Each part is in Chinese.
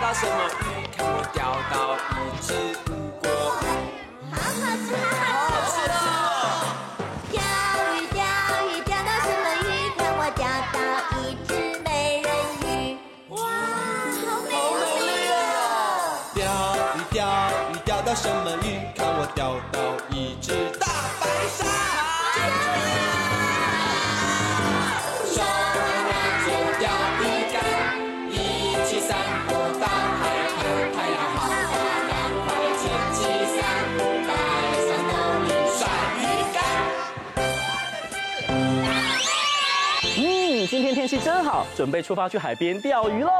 到什么鱼？看我钓到一只无国鱼，好好吃，好好吃。钓鱼，钓鱼，钓到什么鱼？看我钓到一只美人鱼。哇，好美哦！钓鱼钓鱼钓到什么鱼？看我钓到一只大白鲨。双人座钓鱼竿，一起散步到海滩，太阳好啊，赶快牵起伞，带上兜里甩鱼竿。嗯，今天天气真好，准备出发去海边钓鱼喽。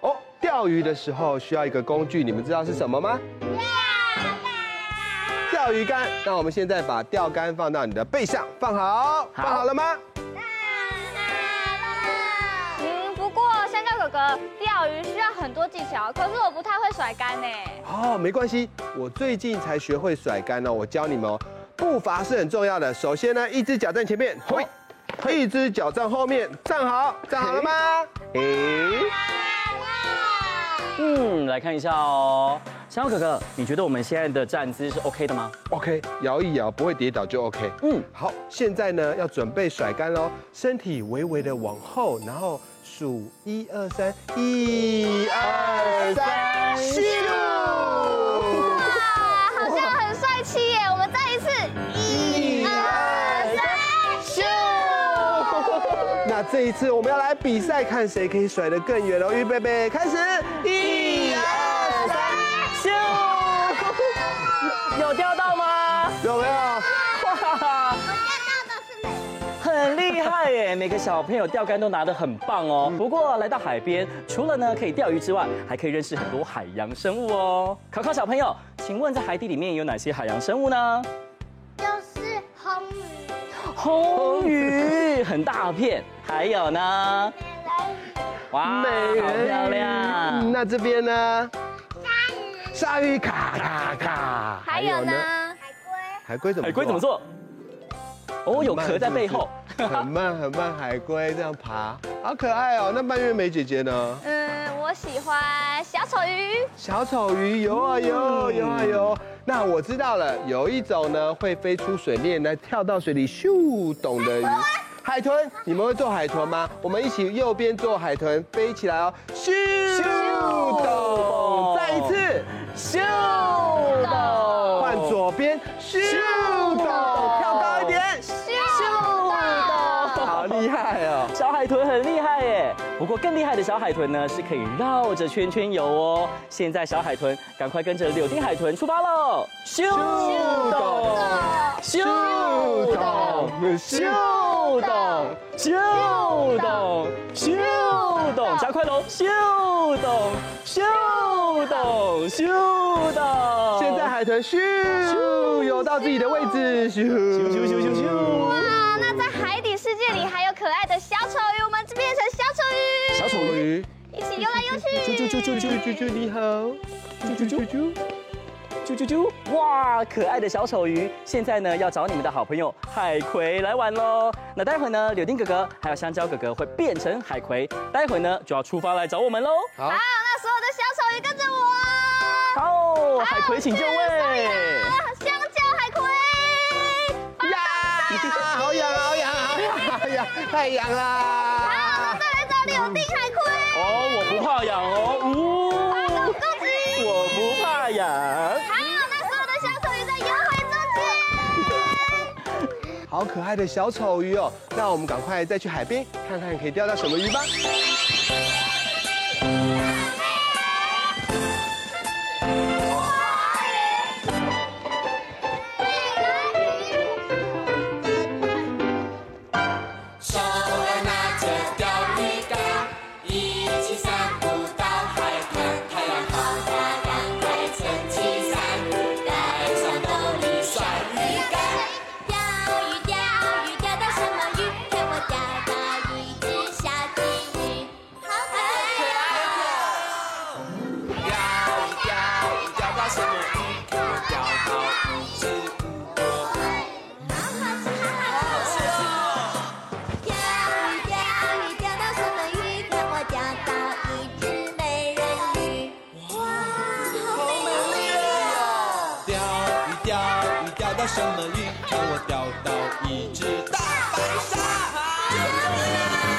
哦，钓鱼的时候需要一个工具，你们知道是什么吗？钓鱼竿。那我们现在把钓竿放到你的背上，放好，放好了吗？嗯，不过香蕉哥哥钓鱼需要很多技巧，可是我不太会甩竿呢。哦，没关系，我最近才学会甩竿哦，我教你们哦，步伐是很重要的。首先呢，一只脚站前面，哦嘿，一只脚站后面，站好，站好了吗？哎，嗯，来看一下哦。香蕉哥哥，你觉得我们现在的站姿是 OK 的吗？ OK，摇一摇，不会跌倒就 OK。嗯嗯，好，现在呢要准备甩杆喽，身体微微的往后，然后数一二三，一二三，哇咻！，好像很帅气耶！我们再一次，一二三，咻！那这一次我们要来比赛，看谁可以甩得更远哦。预备备，开始，一二三，咻，有钓到吗？有没有？哇，很厉害耶！每个小朋友钓竿都拿得很棒哦。不过来到海边，除了呢可以钓鱼之外，还可以认识很多海洋生物哦。考考小朋友，请问在海底里面有哪些海洋生物呢？就是红鱼、红鱼很大片，还有呢？美人鱼、哇，好漂亮！那这边呢？鲨鱼、鲨鱼卡卡卡，还有呢？海龟、海龟怎么？啊海龟怎么？做？哦，有壳在背后。很慢很慢，海龟这样爬，好可爱哦。那半月梅姐姐呢？嗯，我喜欢小丑鱼。小丑鱼游啊游，游啊游。那我知道了，有一种呢会飞出水面，来跳到水里咻懂的鱼。海豚，你们会做海豚吗？我们一起右边做海豚，飞起来哦，咻懂。再一次，秀的，换左边，咻懂，跳高一点，咻好厉害哦。小海豚很厉害耶，不过更厉害的小海豚呢，是可以绕着圈圈游哦。现在小海豚赶快跟着柳丁海豚出发喽！咻懂咻秀懂，懂，咻秀。懂，咻懂，咻懂，加快喽！咻懂，咻懂，咻懂。现在海豚咻游到自己的位置，咻咻咻咻咻咻，啊，那在海底世界里还有可爱的小丑鱼，我们变成小丑小丑鱼。鱼，鱼，一起游来游啾去。啾啾啾啾啾啾，你好，啾啾啾啾，啾啾啾！哇，可爱的小丑鱼，现在呢要找你们的好朋友海葵来玩喽。那待会呢，柳丁哥哥还有香蕉哥哥会变成海葵，待会呢就要出发来找我们喽。好好，，啊那所有的小丑鱼跟着我。好，海葵请就位。啊香蕉海葵，呀，好痒好痒好痒好痒，太痒啦！再来找柳丁海葵，哦，我不怕痒哦，呜，恭喜！我不怕痒。好，那所有的小丑鱼在游回中间。好可爱的小丑鱼哦，那我们赶快再去海边看看可以钓到什么鱼吧。手儿拿着钓鱼竿，一起散步到海滩。太阳好大，赶快撑起伞，带上兜里甩鱼竿。啊钓鱼，钓鱼，钓到什么鱼？看我钓到一只小金鱼，好可钓鱼钓鱼钓到什么鱼？看我钓到一只大白鲨！